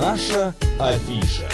Афиша, афиша.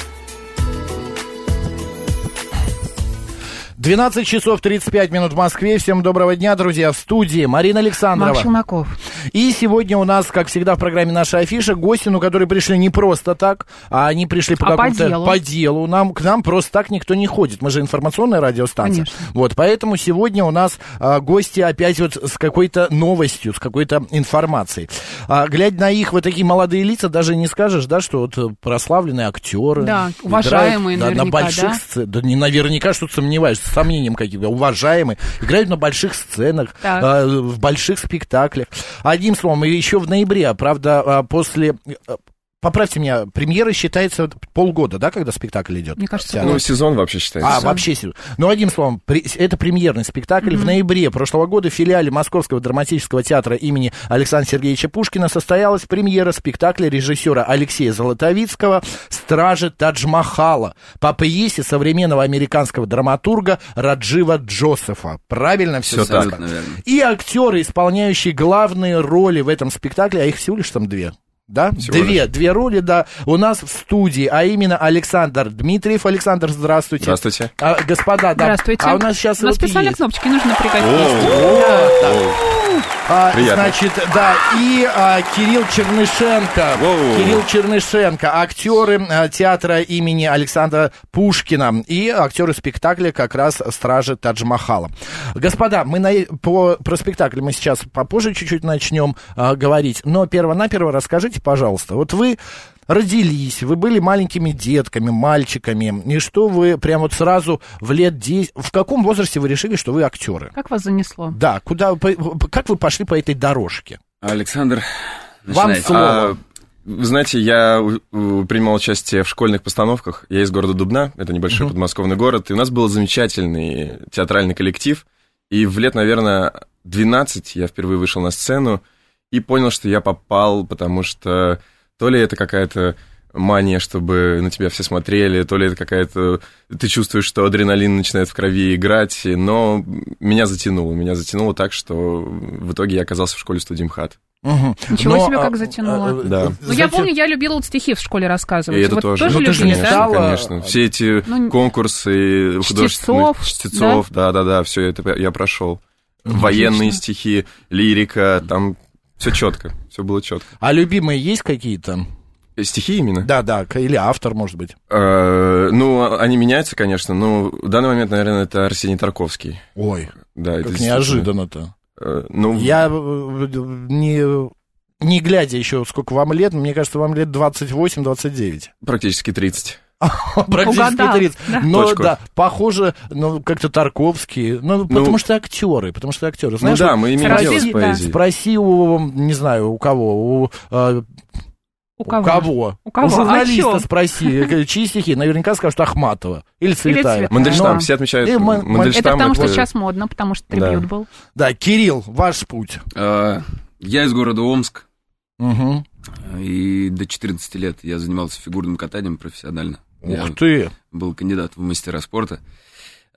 12 часов 35 минут в Москве. Всем доброго дня, друзья. В студии Марина Александрова. Макс Челноков. И сегодня у нас, как всегда, в программе «Наша афиша» гости, ну, которые пришли не просто так, а они пришли по А по какому-то... делу. делу. Нам, к нам просто так никто не ходит. Мы же информационная радиостанция. Конечно. Вот, поэтому сегодня у нас а, гости опять вот с какой-то новостью, с какой-то информацией. А, глядя на их вот такие молодые лица, даже не скажешь, да, что вот э, прославленные актеры. Да, играют, уважаемые да, на наверняка, больших да? сцен- Да не наверняка, что ты сомневаешься, с сомнением каким-то. Уважаемые. Играют на больших сценах, Так. а, в больших спектаклях. Одним словом, и еще в ноябре, правда, а, после... э, Поправьте меня, премьера считается вот полгода, да, когда спектакль идет? Мне кажется, Вся- год. Ну, Ну, сезон вообще считается. а, вообще серьезно. Ну, одним словом, при- это премьерный спектакль. В ноябре прошлого года в филиале Московского драматического театра имени Александра Сергеевича Пушкина состоялась премьера спектакля режиссера Алексея Золотовицкого «Стражи Тадж-Махала» по пьесе современного американского драматурга Раджива Джозефа. Правильно все, Всё так, наверное. И актеры, исполняющие главные роли в этом спектакле, а их всего лишь там две. Да? Всего две, две роли, да, у нас в студии, а именно Александр Дмитриев. Александр, здравствуйте. Здравствуйте. А, господа, да. Здравствуйте. А у нас сейчас У нас вот и специально есть. кнопочки нужно напрягать. А, Приятно. Значит, да, и а, Кирилл Чернышенко. Воу. Кирилл Чернышенко, актеры а, театра имени Александра Пушкина и актеры спектакля как раз «Стражи Тадж-Махала». Господа, мы на, по, про спектакль мы сейчас попозже чуть-чуть начнем а, говорить, но перво-наперво расскажите, пожалуйста, вот вы родились, вы были маленькими детками, мальчиками, и что вы прям вот сразу в лет 10... В каком возрасте вы решили, что вы актеры? Как вас занесло? Да, куда, по- как вы пошли по этой дорожке? Александр, Вам начинайте. слово. А, Вы знаете, я у- у- принимал участие в школьных постановках. Я из города Дубна, это небольшой подмосковный город. И у нас был замечательный театральный коллектив. И в лет, наверное, 12 я впервые вышел на сцену и понял, что я попал, потому что то ли это какая-то мания, чтобы на тебя все смотрели, то ли это какая-то... Ты чувствуешь, что адреналин начинает в крови играть, но меня затянуло, меня затянуло так, что в итоге я оказался в школе-студии МХАТ. Мгм. Ничего Но, себе, как а, затянуло. а, э, А, Да. э, Ну, я затя- помню, я любила вот стихи в школе рассказывать. И это Вот тоже. тоже Ну, ты же не любили, да? стала. Конечно, все эти Ну, не- конкурсы художественных Чтецов, чтецов, да-да-да, все это я прошел. Военные стихи, лирика, там все четко, все было четко. А любимые есть какие-то? Э, Стихи именно? Да, да, к- или автор, может быть. Э, ну, они меняются, конечно, но в данный момент, наверное, это Арсений Тарковский. Ой, Да, это как действительно. неожиданно-то. Э, ну, Я э, не, не глядя еще, сколько вам лет, мне кажется, вам лет 28-29. практически 30. Практически Угадал, 30. да. Но Точку. да, похоже, ну, как-то Тарковский. Ну, потому что актеры, потому что актеры. Знаешь, ну да, вот мы имеем Сразу дело с видно. поэзией. спроси у, не знаю, у кого, у э, У кого? У кого? У кого? А журналиста О чем? спроси, э, чьи стихи. Наверняка скажут Ахматова или Цветаева. Цветаева. Мандельштам, Ну, все отмечают э, Ман- Мандельштам. Это потому, что это- сейчас модно, потому что трибьют Да. был. Да, Кирилл, ваш путь. Э, Я из города Омск, Мгм. и до 14 лет я занимался фигурным катанием профессионально. Я Ух ты. был кандидат в мастера спорта.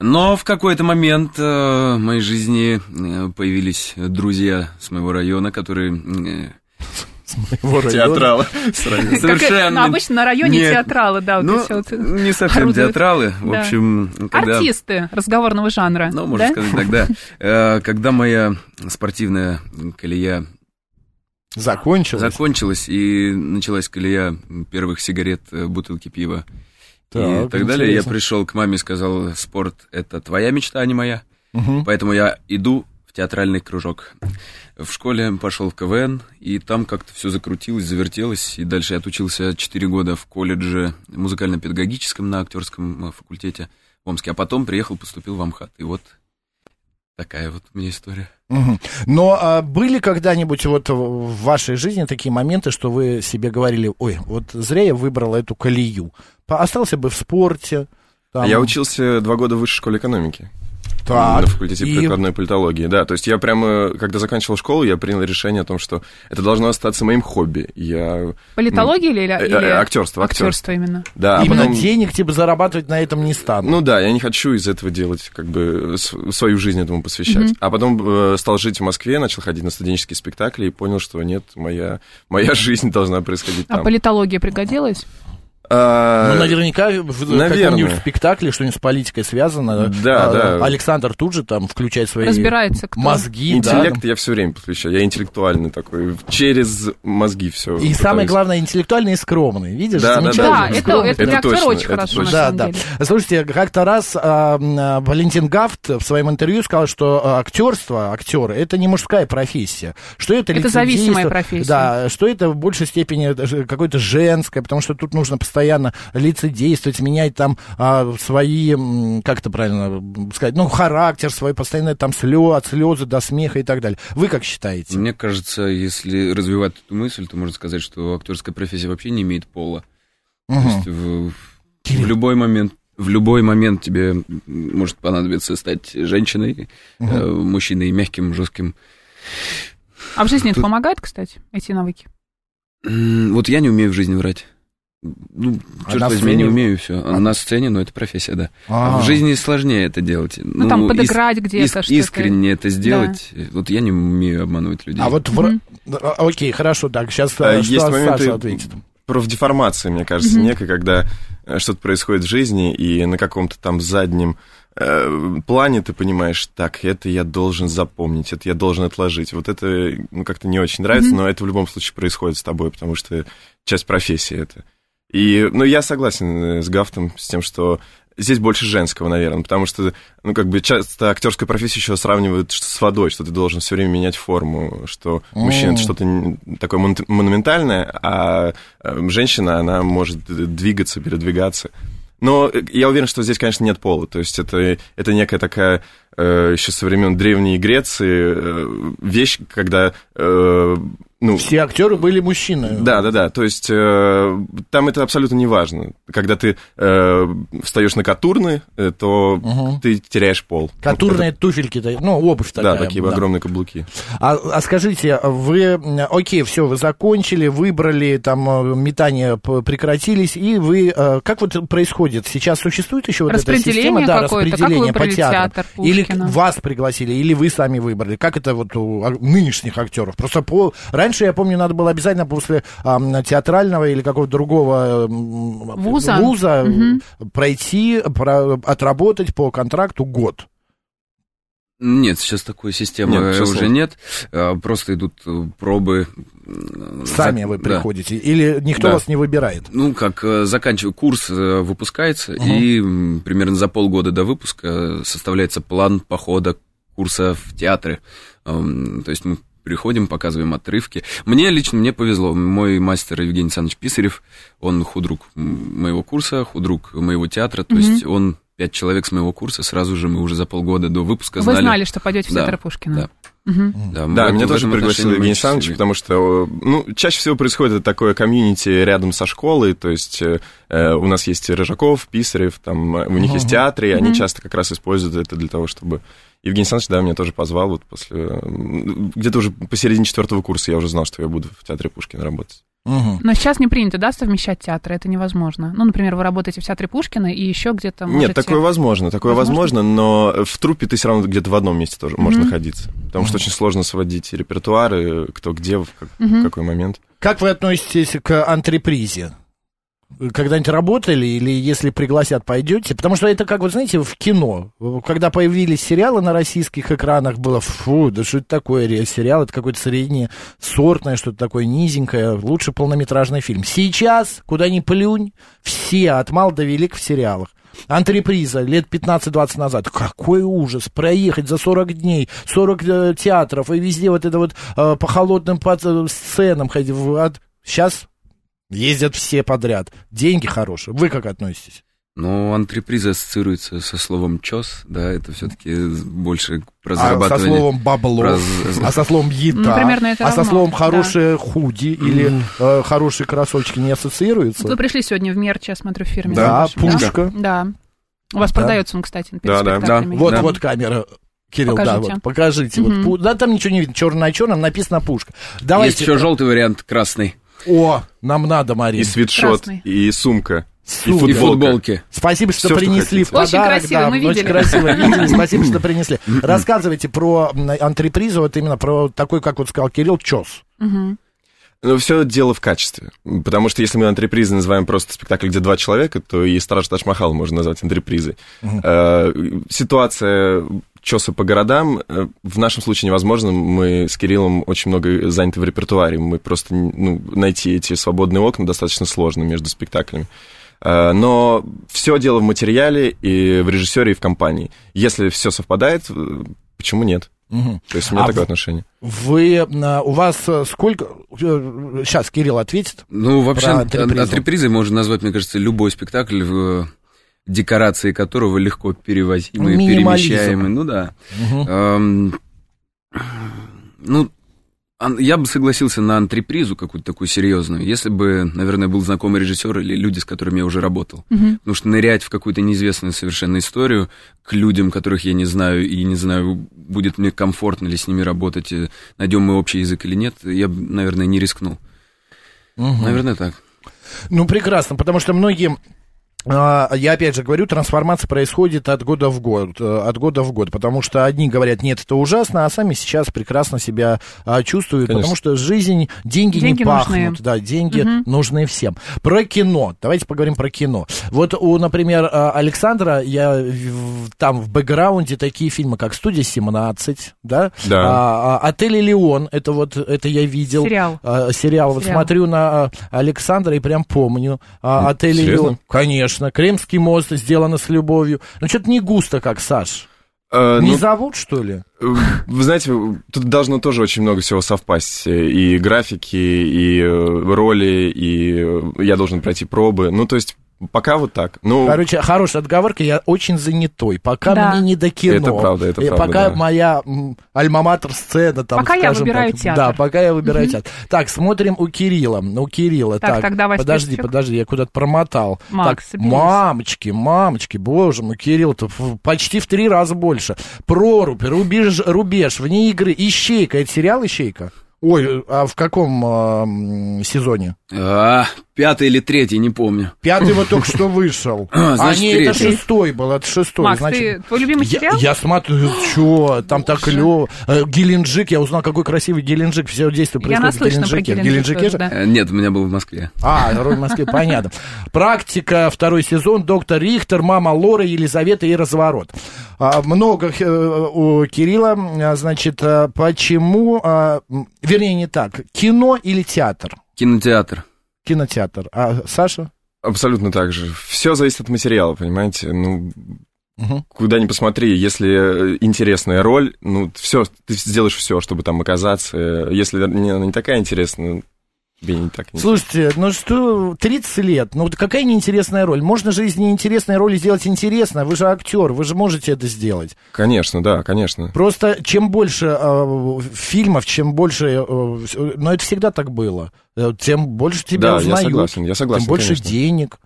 Но в какой-то момент э, в моей жизни э, появились друзья с моего района, которые Его район. Театрал. сразу. э, Как, э, ну, совершенно... обычно на районе Нет. театралы, да, вот Ну, эти вот, э, не совсем орудуют. театралы, в Да. общем, когда... Артисты разговорного жанра. Ну, можно да? сказать тогда, э, когда моя спортивная колея Закончилось. закончилась и началась колея первых сигарет, э, бутылки пива и Так, так далее, я интересно. пришел к маме и сказал, спорт — это твоя мечта, а не моя. Мгм. Поэтому я иду в театральный кружок. В школе пошел в КВН, и там как-то все закрутилось, завертелось. И дальше я отучился 4 года в колледже музыкально-педагогическом на актерском э, факультете в Омске. А потом приехал, поступил в Амхат. И вот такая вот у меня история. Мгм. Но а, были когда-нибудь вот в вашей жизни такие моменты, что вы себе говорили, ой, вот зря я выбрал эту колею. По- Остался бы в спорте. там». Я учился два года в высшей школе экономики. Так, на факультете и- прикладной политологии, да. То есть я прямо, когда заканчивал школу, я принял решение о том, что это должно остаться моим хобби. Я... Политология или, Э, э, или... актерство, актерство. актерство именно? Да, а Именно потом- денег типа зарабатывать на этом не стану. Ну да, я не хочу из этого делать, как бы, с- свою жизнь этому посвящать. А потом э, стал жить в Москве, начал ходить на студенческие спектакли и понял, что нет, моя, моя жизнь должна происходить А там. политология пригодилась? А, Ну, наверняка в наверное. каком-нибудь спектакле что-нибудь с политикой связано. Да, А, да. Александр тут же там включает свои Разбирается, кто. мозги. да, Интеллект я все время подключаю. Я интеллектуальный такой. Через мозги все. И самое главное, интеллектуальный и скромный. Видишь, Да, да, замечательно. Да, это это, здорово. это, для Это актера точно, очень это хорошо, на точно. Да, самом да. деле. Слушайте, как-то раз а, м, а, Валентин Гафт в своем интервью сказал, что а, актерство, актеры, это не мужская профессия. Что это Это лицедейство, зависимая профессия. Да, что это в большей степени даже какое-то женское, потому что тут нужно постоянно лицедействовать, менять там а, свои, м, как это правильно сказать, ну, характер свой, постоянно там слез, от слезы до смеха и так далее. Вы как считаете? Мне кажется, если развивать эту мысль, то можно сказать, что актерская профессия вообще не имеет пола. Ну, То Мгм. есть в, в Кирилл. любой момент в любой момент тебе м, может понадобиться стать женщиной, э, мужчиной мягким, жестким. А в жизни это Тут- помогает, кстати, эти навыки? М, Вот я не умею в жизни врать. Ну, А черт на возьми, сцене- не умею все. на сцене, но это профессия, да. А А. в жизни сложнее это делать. Ну, там подыграть где-то, иск- что-то. искренне это сделать. Вот я не умею обманывать людей. А вот в- Мгм. а, Окей, хорошо, так, сейчас А, что есть моменты- Саша ответит. профдеформации, мне кажется, Мгм. некой, когда э, что-то происходит в жизни, и на каком-то там заднем э, плане ты понимаешь, так, это я должен запомнить, это я должен отложить. Вот это ну, как-то не очень нравится, Мгм. но это в любом случае происходит с тобой, потому что часть профессии это. И, ну, я согласен э, с Гафтом, с тем, что здесь больше женского, наверное, потому что, ну, как бы часто актерскую профессию еще сравнивают ш- с водой, что ты должен все время менять форму, что мужчина М. это что-то н- такое мон- монументальное, а э, женщина, она может д- двигаться, передвигаться. Но э, я уверен, что здесь, конечно, нет пола. То есть это, это некая такая еще со времен Древней Греции э, вещь, когда... э, ну, Все актеры были мужчины. да, да, да. То есть э, там это абсолютно не важно. Когда ты э, встаешь на катурны, э, то Мгм. ты теряешь пол. Катурные туфельки, да, ну, обувь Это- да, такая. такие огромные каблуки. А, а скажите, вы, м, окей, все, вы закончили, выбрали, там, э, метания п- прекратились, и вы, э, как вот происходит? Сейчас существует еще вот эта система? Распределение Да, какое-то. Как распределение по выбрали театрам. театр Или Пушкина? вас пригласили, или вы сами выбрали. Как это вот у а, нынешних актеров? Просто по... раньше, я помню, надо было обязательно после ам, театрального или какого-то другого м, Вуза? вуза э, Мгм. пройти, про- отработать по контракту год. Нет, сейчас такой системы Нет, сейчас уже нет. нет. А, Просто идут э, пробы. э, Сами зак- вы да. приходите, или никто Да. вас не выбирает. Ну, как э, заканчиваю курс, э, выпускается, Мгм. и м, примерно за полгода до выпуска составляется план похода курса в театры. Эм, То есть мы приходим, показываем отрывки. Мне лично, мне повезло. Мой мастер Евгений Александрович Писарев, он худрук м, моего курса, худрук моего театра, то Мгм. есть он пять человек с моего курса, сразу же мы уже за полгода до выпуска Вы знали, что пойдете в Да, театр Пушкина? да. Мгм. Ну. Да, Да, мы меня в тоже этом пригласил отношении мы Евгений очень Александрович, счастливы. потому что, э, ну, чаще всего происходит такое комьюнити рядом со школой, то есть э, э, у нас есть Рыжаков, Писарев, там, э, у них есть Мгм. театры, и они Мгм. часто как раз используют это для того, чтобы... Евгений Александрович, да, меня тоже позвал вот после... э, м, Где-то уже посередине четвертого курса я уже знал, что я буду в театре Пушкина работать. Мгм. Но сейчас не принято, да, совмещать театры? Это невозможно. Ну, например, вы работаете в театре Пушкина и еще где-то можете... Нет, такое возможно, такое возможно? Возможно? но в трупе ты все равно где-то в одном месте тоже можешь Мгм. находиться, потому что Мгм. очень сложно сводить репертуары, кто где, в как- Мгм. в какой момент. Как вы относитесь к антрепризе? Когда-нибудь работали или если пригласят, пойдете? Потому что это как, вот знаете, в кино. Когда появились сериалы на российских экранах, было фу, да что это такое ре- сериал, это какое-то среднее сортное, что-то такое низенькое, лучше полнометражный фильм. Сейчас, куда ни плюнь, все от мал до велик в сериалах. Антреприза лет 15-20 назад. Какой ужас! Проехать за 40 дней, 40 э, театров и везде вот это вот э, по холодным под- э, сценам ходить. Сейчас ездят все подряд. Деньги хорошие. Вы как относитесь? Но антреприза ассоциируется со словом чес, да, это все-таки больше про А со зарабатывание. словом бабло, Раз- а со словом еда, Ну, примерно это а со равно, словом да. хорошие худи или э, хорошие кроссовочки не ассоциируются? Вы пришли сегодня в мерч, я смотрю, в фирме. Да, вашем, пушка. Да. У вас Да. продается он, кстати, перед Да, да. спектаклями. Вот, Да. вот камера. Кирилл, Покажите. да, вот, покажите. вот Мгм. пу- да, там ничего не видно. Черно на черном написано пушка. Давайте. Есть еще желтый вариант, красный. О, нам надо, Мария. И свитшот, Красный. и сумка. Супер. И Футболка. футболки. Спасибо, что Всё, что принесли хотите. в подарок. Очень красиво, да, ну, мы Очень видели. красиво видели. Спасибо, что принесли. Рассказывайте про м, антрепризу, вот именно про такой, как вот сказал Кирилл, ЧОС. Мгм. Ну, все дело в качестве. Потому что если мы антрепризы называем просто спектакль, где два человека, то и «Страж Ташмахал» можно назвать антрепризой. Мгм. Э, Ситуация чеса по городам э, в нашем случае невозможно. Мы с Кириллом очень много заняты в репертуаре. Мы просто ну, найти эти свободные окна достаточно сложно между спектаклями. Э, Но все дело в материале и в режиссере, и в компании. Если все совпадает, э, почему нет? Мгм. То есть у меня А такое в- отношение. Вы, э, у вас э, сколько... Сейчас Кирилл ответит. Ну, вообще, Про от антрепризу. антрепризой можно назвать, мне кажется, любой спектакль, в э, декорации которого легко перевозимые, Минимализм. перемещаемые. Ну да. Мгм. Эм, Ну, ан- я бы согласился на антрепризу какую-то такую серьезную, если бы, наверное, был знакомый режиссер или люди, с которыми я уже работал. Мгм. Потому что нырять в какую-то неизвестную совершенно историю к людям, которых я не знаю, и не знаю, будет мне комфортно ли с ними работать, и найдем мы общий язык или нет, я бы, наверное, не рискнул. Мгм. Наверное, так. Ну, прекрасно, потому что многие... а, Я опять же говорю, трансформация происходит от года в год, э, от года в год, потому что одни говорят, нет, это ужасно, а сами сейчас прекрасно себя а, чувствуют, Конечно. потому что жизнь, деньги, не Деньги пахнут, нужны. да, деньги Мгм. нужны всем. Про кино, давайте поговорим про кино. Вот у, например, а, Александра, я в- там в бэкграунде такие фильмы, как «Студия 17», да, Да. А, а, «Отель Элеон», это вот, это я видел, Сериал. а, сериал. Вот Сериал. смотрю на а, Александра и прям помню. А, М, отель серьезно? Элеон. Конечно. Кремский мост сделано с любовью. Ну, что-то не густо, как Саш. Э, не ну, зовут, что ли? Вы знаете, тут должно тоже очень много всего совпасть. э, И графики, и э, роли, и э, я должен пройти пробы. Ну, то есть, пока вот так. Ну, Короче, хорошая отговорка, я очень занятой. Пока Да. мне не до кино. Это правда, это И правда, Пока да. моя м, альма-матер сцена там, Пока я скажем выбираю так. театр. Да, пока я выбираю театр. Так, смотрим у Кирилла. У Кирилла. Так, Так, тогда Вась подожди, Перчук. подожди, я куда-то промотал. Макс, так, соберись. мамочки, мамочки, боже мой, Кирилл-то ф- почти в три раза больше. Прорубь, рубеж, рубеж, вне игры, ищейка. Это сериал ищейка? Ой, а в каком а, м, сезоне? А, пятый или третий, не помню. Пятый вот только что вышел. а Значит, не, это третий. шестой был, это шестой. Макс, значит, ты, твой любимый я, сериал? я смотрю, что там так клево. Э, Геленджик, я узнал, какой красивый Геленджик. Все действие Я происходит в наслышана про Геленджике. В Геленджик Геленджике тоже, же? да. Э, Нет, у меня был в Москве. А, роль в Москве, понятно. Практика, второй сезон, доктор Рихтер, мама Лора, Елизавета и разворот. А, много э, у Кирилла, а, значит, а, почему, а, м, вернее, не так, кино или театр? Кинотеатр. Кинотеатр. А Саша? абсолютно так же. Все зависит от материала, понимаете? Ну, Мгм. куда ни посмотри, если э, интересная роль, ну, все, ты сделаешь все, чтобы там оказаться. Э, Если не- она не такая интересная, тебе не так. не- Слушайте, ну что, 30 лет, ну вот какая неинтересная роль? Можно же из неинтересной роли сделать интересно, вы же актер, вы же можете это сделать. Конечно, да, конечно. Просто чем больше э, фильмов, чем больше, э, вс- но это всегда так было, э, тем больше тебя да, узнают, я согласен, я согласен. тем больше конечно. денег.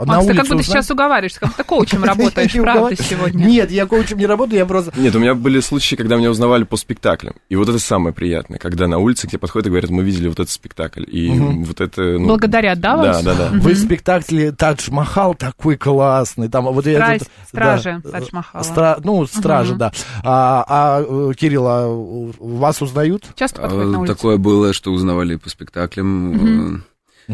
А Макс, ты как улице будто узнают- сейчас уговариваешься, как будто коучем работаешь, Я не правда, уговариваю. сегодня. Нет, я коучем не работаю, я просто... Нет, у меня были случаи, когда меня узнавали по спектаклям. И вот это самое приятное, когда на улице к тебе подходят и говорят, мы видели вот этот спектакль. И Мгм. вот это... ну, Благодарят, да, Да, вас? да, да. Вы в спектакле Тадж Махал такой классный. Там вот Страсть, этот- стражи, да. э, Тадж Махала. Стра- Ну, стражи, Мгм. да. А, а, э, Кирилл, а у- вас узнают? Часто подходят э, на А, улицу? Такое было, что узнавали по спектаклям. Мгм. э,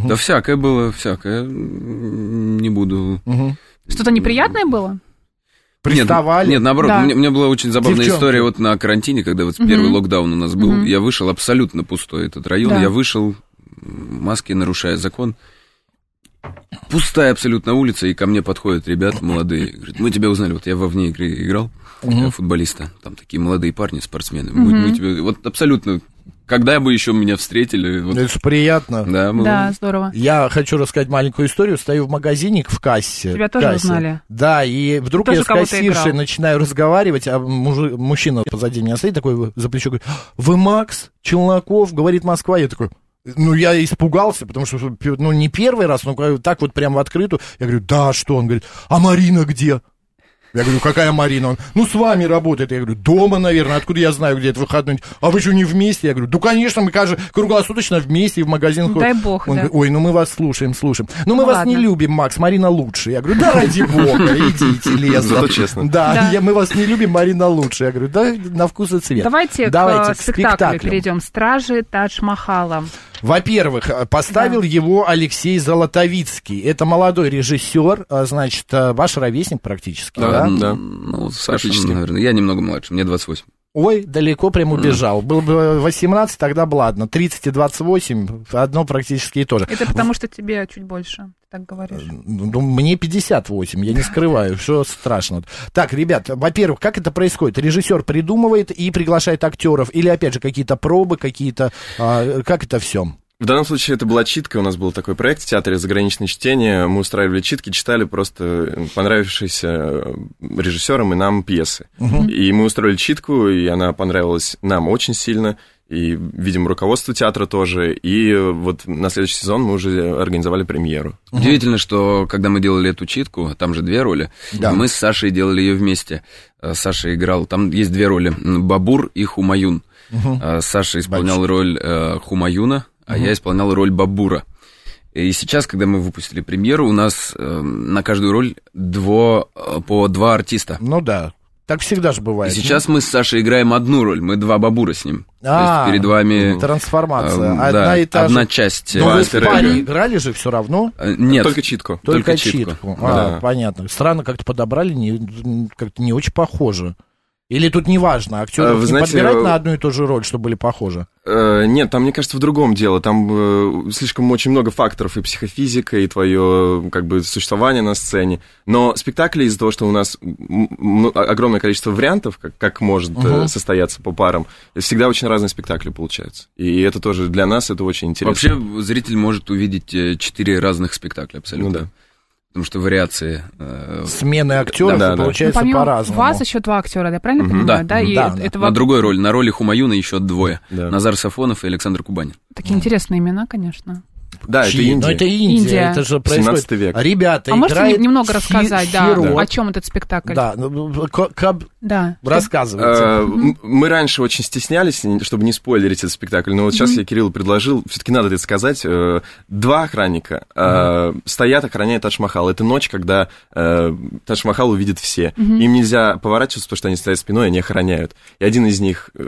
Да всякое было, всякое. М, Не буду... Мгм. Что-то неприятное было? Приставали? Нет, нет, наоборот, Да. у, меня, у меня была очень забавная Девчонки. история вот на карантине, когда вот Мгм. первый локдаун у нас был. Мгм. Я вышел абсолютно пустой этот район. Да. Я вышел, м, маски нарушая закон. Пустая абсолютно улица, и ко мне подходят ребята молодые. Говорят, мы тебя узнали. Вот я вовне игры играл, Мгм. э, футболиста. Там такие молодые парни, спортсмены. Мы- Мгм. мы тебя- вот абсолютно, когда бы еще меня встретили, вот, Это же приятно. да, было. Да, здорово. Я хочу рассказать маленькую историю. Стою в магазине в кассе. Тебя в тоже кассе. узнали? Да, и вдруг Тоже я с кого-то кассиршей играл? начинаю разговаривать, а мужи- мужчина позади меня стоит такой за плечо, говорит, вы Макс Челноков, говорит Москва. Я такой, ну, я испугался, потому что, ну, не первый раз, но так вот прям в открытую. Я говорю, да, что? Он говорит, а Марина где? Я говорю, какая Марина? Он, ну, с вами работает. Я говорю, дома, наверное, откуда я знаю, где это выходной? А вы что, не вместе? Я говорю, ну, конечно, мы каждый круглосуточно вместе и в магазин Ну, ходим». дай бог, Он да. говорит, ой, ну мы вас слушаем, слушаем. Ну, мы Ну, вас не ладно. любим, Макс, Марина лучше. Я говорю, да ради бога, идите лесом. Зато честно. Да, Да. я- мы вас не любим, Марина лучше. Я говорю, да, на вкус и цвет. Давайте, к Давайте э, спектаклю перейдем. Стражи Тадж Махала. Во-первых, э, поставил его Алексей Золотовицкий. Это молодой режиссер, э, значит, э, ваш ровесник практически, да? Да. м, Да. Ну, Саша, Практически. наверное. Я немного младше, мне 28. Ой, далеко прям убежал. Был бы 18, тогда бы ладно. 30 и 28, одно практически и то же. Это потому, что тебе чуть больше, ты так говоришь. Ну, мне 58, я не скрываю, что страшно. Так, ребят, во-первых, как это происходит? Режиссер придумывает и приглашает актеров, или опять же какие-то пробы, какие-то. а, как это все? В данном случае это была читка, у нас был такой проект в театре «Заграничное чтение». Мы устраивали читки, читали просто понравившиеся э, режиссерам и нам пьесы. И мы устроили читку, и она понравилась нам очень сильно, и, видимо, руководству театра тоже. И э, вот на следующий сезон мы уже э, организовали премьеру. Удивительно, что когда мы делали эту читку, а там же две роли, Да. мы с Сашей делали ее вместе. Э, Саша играл, там есть две роли, м, Бабур и Хумаюн. Э, Саша исполнял роль э, Хумаюна, а я исполнял роль Бабура. И сейчас, когда мы выпустили премьеру, у нас э, на каждую роль дво, э, по два артиста. Ну да. Так всегда же И бывает. сейчас мы с Сашей играем одну роль, мы два Бабура с ним. А, То есть перед вами... Трансформация. э, Одна да, и та одна же. часть. Но э, вы с Мастеры парой игры. играли же все равно. э, Нет, Только читку. Только Только читку. читку. А, Да. понятно. Странно, как-то подобрали, не, как-то не очень похоже. Или тут не важно, А, актеров вы не знаете, подбирать э, на одну и ту же роль, чтобы были похожи. Э, Нет, там, мне кажется, в другом дело. Там э, слишком очень много факторов, и психофизика, и твое как бы, существование на сцене. Но спектакли из-за того, что у нас м- м- огромное количество вариантов, как, как может э, Мгм. состояться по парам, всегда очень разные спектакли получаются. И это тоже для нас это очень интересно. Вообще зритель может увидеть э, четыре разных спектакля абсолютно. Ну да. Потому что вариации. э, Смены актеров да, да. Ну, получается помимо по-разному. вас еще два актера, да, правильно Мгм. Да. понимаю? Да, и Да, это- да. это На во- другой роли, на роли Хумаюна еще двое. Да. Назар Сафонов и Александр Кубанин. такие интересные имена, конечно. Да, А, это Чьи? Индия. Но это Индия, Ну, Индия. это же 17 происходит. век. Ребята, А можете играет нем- немного Хи- рассказать, да, Хиро. о чем этот спектакль? Да, ну, к- каб- Да. рассказывайте. Э, м- Мы раньше очень стеснялись, н- чтобы не спойлерить этот спектакль, но вот сейчас я Кириллу предложил, все-таки надо это сказать, э, два охранника э, стоят, охраняют Тадж-Махал. Это ночь, когда э, Тадж-Махал увидят все. Им нельзя поворачиваться, потому что они стоят спиной, они охраняют. И один из них э,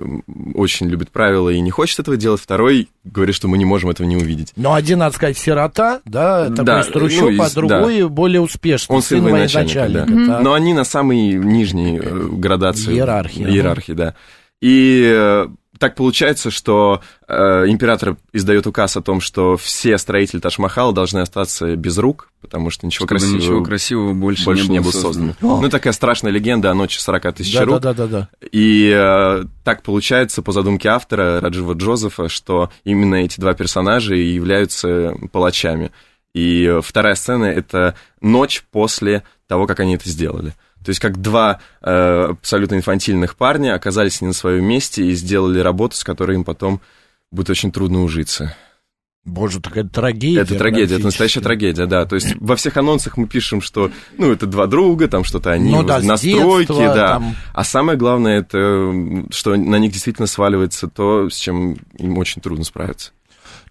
очень любит правила и не хочет этого делать, второй говорит, что мы не можем этого не увидеть. Но Ну, один, надо сказать, сирота, да, такой Да, из трущоб, ну, а из- да. другой более успешный. Он сын военачальника, военачальника, да. так. Но они на самой нижней э, градации. Иерархии. Иерархии, да. И э, так получается, что э, император издает указ о том, что все строители Ташмахала должны остаться без рук, потому что ничего Чтобы красивого ничего красивого больше, больше не было создано. создано. Ну, такая страшная легенда о ночи 40 тысяч Да, рук. да, да, да, да. И э, так получается, по задумке автора Раджива Джозефа, что именно эти два персонажа и являются палачами. И э, вторая сцена — это ночь после того, как они это сделали. То есть как два э, абсолютно инфантильных парня оказались не на своем месте и сделали работу, с которой им потом будет очень трудно ужиться. Боже, такая трагедия. это трагедия, это настоящая практически. трагедия, да. То есть во всех анонсах мы пишем, что, ну, это два друга, там что-то они, Ну вот да, с настройки, детства, да. там. А самое главное, это м, что на них действительно сваливается то, с чем им очень трудно справиться.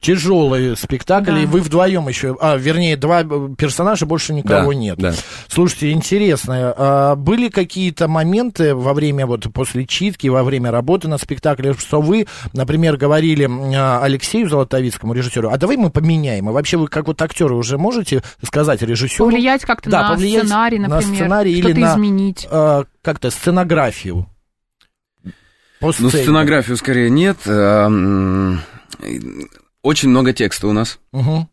Тяжелый спектакль, Да. и вы вдвоем еще, а, вернее, два э, персонажа, больше никого Да, нет. да. Слушайте, интересно, а были какие-то моменты во время, вот после читки, во время работы над спектаклем, что вы, например, говорили м, а, Алексею Золотовицкому, режиссеру, а давай мы поменяем, а вообще вы как вот актеры уже можете сказать режиссеру? Повлиять как-то Да, на повлиять сценарий, на например. сценарий или что-то на- изменить. э, как-то сценографию? По Ну, сцене. сценографию скорее нет. а, м, э, Очень много текста у нас. Мгм.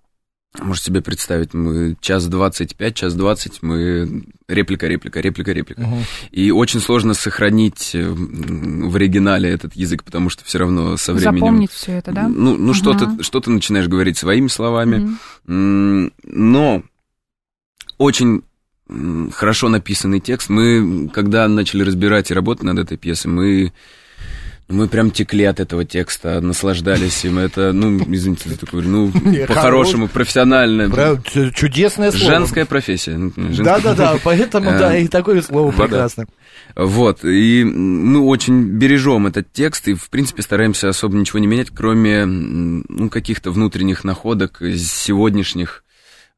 Можете себе представить, мы час двадцать пять, час двадцать, мы реплика, реплика, реплика, реплика. Мгм. И очень сложно сохранить э, м, в оригинале этот язык, потому что все равно со временем... Запомнить все это, да? Ну, ну что, Мгм. ты, что ты начинаешь говорить своими словами, Мгм. М, но очень м, хорошо написанный текст. Мы, когда начали разбирать и работать над этой пьесой, мы, мы прям текли от этого текста, наслаждались им. Это, ну, извините, за такое, ну, Не, по-хорошему, профессионально. Прав- т- Чудесное слово. Женская профессия. ну, женская Да-да-да, поэтому, да, Э, и такое слово вода. прекрасно. Вот, и м, мы очень бережем этот текст и, в принципе, стараемся особо ничего не менять, кроме м, ну, каких-то внутренних находок из сегодняшних,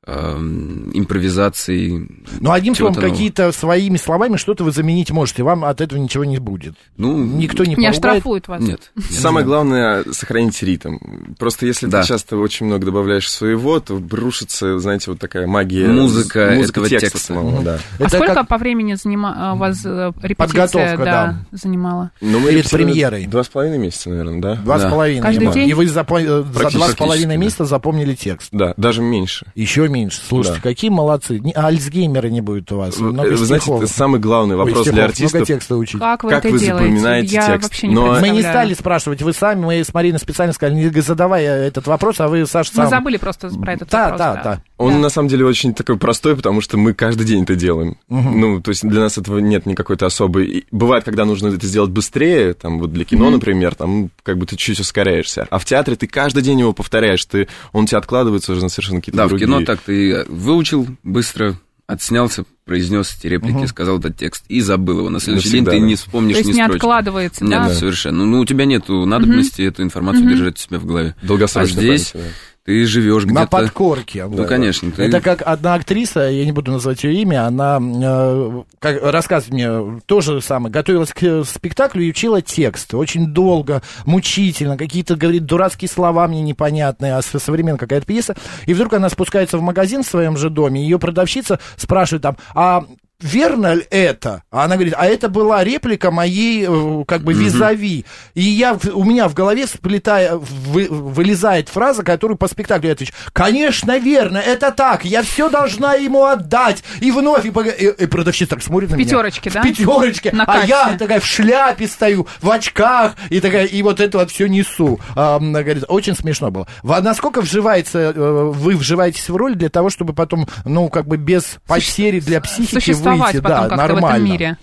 э, эм, импровизации. Ну, одним словом, чего-то нового. какие-то своими словами что-то вы заменить можете, вам от этого ничего не будет. Ну, Никто не Не поругает. оштрафуют вас. Нет. Самое главное — сохранить ритм. Просто если Да. ты часто очень много добавляешь своего, то рушится, знаете, вот такая магия... Музыка музыка этого текста. текста. самого, да. А Это сколько как- по времени занима... а, у вас э, репетиция Подготовка, да. занимала? Ну, Но мы Перед репетировали премьерой. Два с половиной месяца, наверное, да? Два с Да. половиной. Каждый да. день? И вы запо- э, за Практически, два с половиной да. месяца запомнили текст. Да, даже меньше. Еще меньше. Слушайте, Да. какие молодцы. Не- а Альцгеймера не будет у вас. Вы, Много вы знаете, стихов. это самый главный Ой, вопрос стихов. для Много артистов. текста учить. Как вы Как это вы делаете? запоминаете Я текст? вообще не Но- Мы не представляю. стали спрашивать, вы сами, мы с Мариной специально сказали, не задавая этот вопрос, а вы, Саша, сам... Мы забыли просто про этот Да, вопрос. да, да. Он Да. на самом деле очень такой простой, потому что мы каждый день это делаем. Ну, то есть для нас этого нет никакой-то особой. И бывает, когда нужно это сделать быстрее, там вот для кино, например, там ну, как бы ты чуть ускоряешься. А в театре ты каждый день его повторяешь, ты он у тебя откладывается уже на совершенно какие-то Да, в другие. кино так ты выучил быстро, отснялся, произнес эти реплики, сказал этот текст и забыл его. На следующий Навсегда, день ты да. не вспомнишь То есть ни не строчки. откладывается, Нет, да? совершенно. Ну, у тебя нет надобности эту информацию держать у себя в голове. Долгосрочно. А здесь память, да. Ты живешь На где-то. подкорке. Ну, конечно. ты- Это как одна актриса, я не буду называть ее имя, она э, как, рассказывает мне то же самое, готовилась к э, спектаклю и учила текст. Очень долго, мучительно, какие-то, говорит, дурацкие слова мне непонятные, а со- современная какая-то пьеса. И вдруг она спускается в магазин в своем же доме, ее продавщица спрашивает там, а верно ли это? А она говорит, а это была реплика моей, э, как бы, визави. И я, в- у меня в голове сплетая, вы- вылезает фраза, которую по спектаклю я отвечаю. Конечно, верно, это так, я все должна ему отдать. И вновь, и, пога- и- и продавщица так смотрит на меня. пятерочке, да? В пятерочке. На а кассе. я такая в шляпе стою, в очках, и такая, и вот это вот все несу. А, она говорит, очень смешно было. Во- Насколько вживается, э, вы вживаетесь в роль для того, чтобы потом, ну, как бы без потери для психики Существовать выйти, потом да, как-то нормально. в этом мире.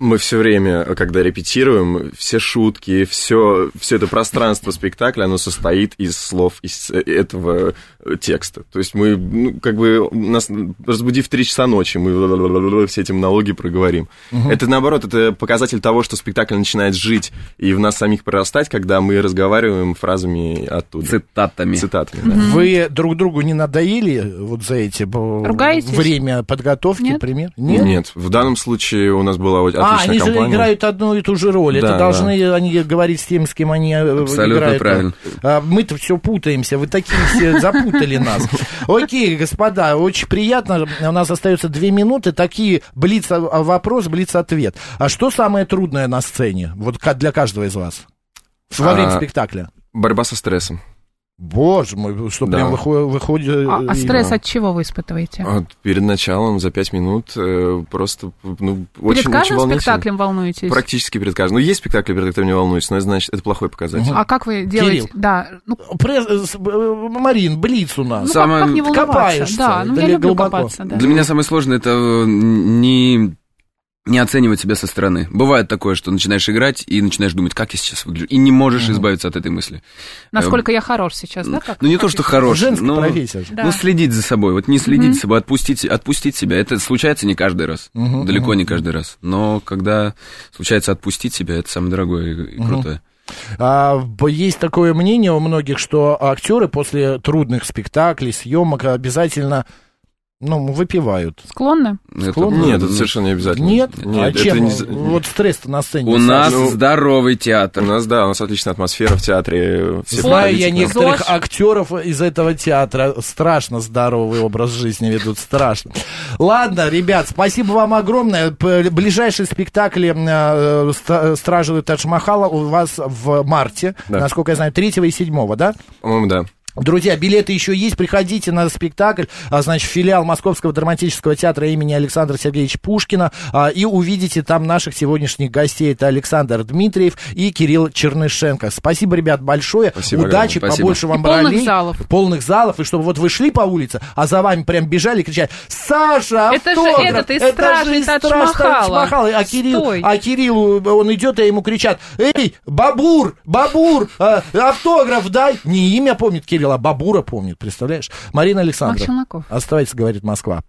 Мы все время, когда репетируем, все шутки, все, все это пространство спектакля, оно состоит из слов из этого э, текста. То есть мы, ну, как бы, нас разбудив в 3 часа ночи, мы все эти монологи проговорим. Это, наоборот, это показатель того, что спектакль начинает жить и в нас самих прорастать, когда мы разговариваем фразами оттуда. Цитатами. Цитатами. да. Вы друг другу не надоели вот за эти б- Ругаетесь? время подготовки, Нет? пример? Нет, в данном случае у нас была вот А, отличная они компания. же играют одну и ту же роль. Да, это да. должны они говорить с тем, с кем они э, Абсолютно играют. правильно. А мы-то все путаемся. Вы такие все запутали нас. Окей, господа, очень приятно. У нас остается две минуты. Такие блиц вопрос, блиц ответ. А что самое трудное на сцене? Вот ка- для каждого из вас. Во время А, спектакля. Борьба со стрессом. Боже мой, что Да. прям выходит... выходит, А, а э, стресс от чего вы испытываете? А, Перед началом за пять минут э, просто ну, Перед очень, очень каждым волнуюсь. спектаклем волнуетесь? Практически перед каждым. Ну, есть спектакли, перед которыми не волнуюсь, но это значит, это плохой показатель. А как вы делаете? Да, ну, Пресс- э, с- э, Марин, блиц у ну нас. А Самое- как, как не волноваться? Копаешься, Да, ну да я ли- люблю глубоко. копаться. Да. Для меня самое сложное это э, не не оценивать себя со стороны. Бывает такое, что начинаешь играть и начинаешь думать, как я сейчас выгляжу, и не можешь избавиться от этой мысли. Насколько я хорош сейчас, да? А как- Эм, Ну не то, как что вы- хорош, Женская но профессия же. Да. ну следить за собой, вот не следить за собой, отпустить отпустить себя. Это случается не каждый раз, Мгм, далеко не каждый раз, но когда случается отпустить себя, это самое дорогое и- и крутое. А, б- есть такое мнение у многих, что актеры после трудных спектаклей, съемок обязательно ну, выпивают. Склонны? Это- Склонны? Нет, это совершенно не обязательно. Нет? а Нет, это чем? не за- Вот стресс-то на сцене. У Саша. нас Ну, здоровый У театр. нас, да, у нас отличная атмосфера в театре. Все Знаю подходите я к нам. не- некоторых ЗОЖ. актеров из этого театра. Страшно здоровый образ жизни ведут, страшно. Ладно, ребят, спасибо вам огромное. П- Ближайшие спектакли э, ста- «Стражи Тадж-Махала» у вас в марте, Да. насколько я знаю, 3 и 7, да? По-моему, да. Друзья, билеты еще есть, приходите на спектакль, а, значит, филиал Московского драматического театра имени Александра Сергеевича Пушкина, а, и увидите там наших сегодняшних гостей, это Александр Дмитриев и Кирилл Чернышенко. Спасибо, ребят, большое, Спасибо удачи, огромное, спасибо. побольше вам И полных ролей, залов. полных залов, и чтобы вот вы шли по улице, а за вами прям бежали и кричали, Саша, Это же автограф! этот из это «Стражей же из «Страж Тадж-Махала». Тадж-Махала». А Кирилл, Стой. а Кириллу, он идет, а ему кричат, эй, Бабур, Бабур, э, автограф дай. Не имя помнит Кирилл, а Бабура помнит, представляешь? Марина Макс Александровна. Челноков. Оставайтесь, говорит Москва.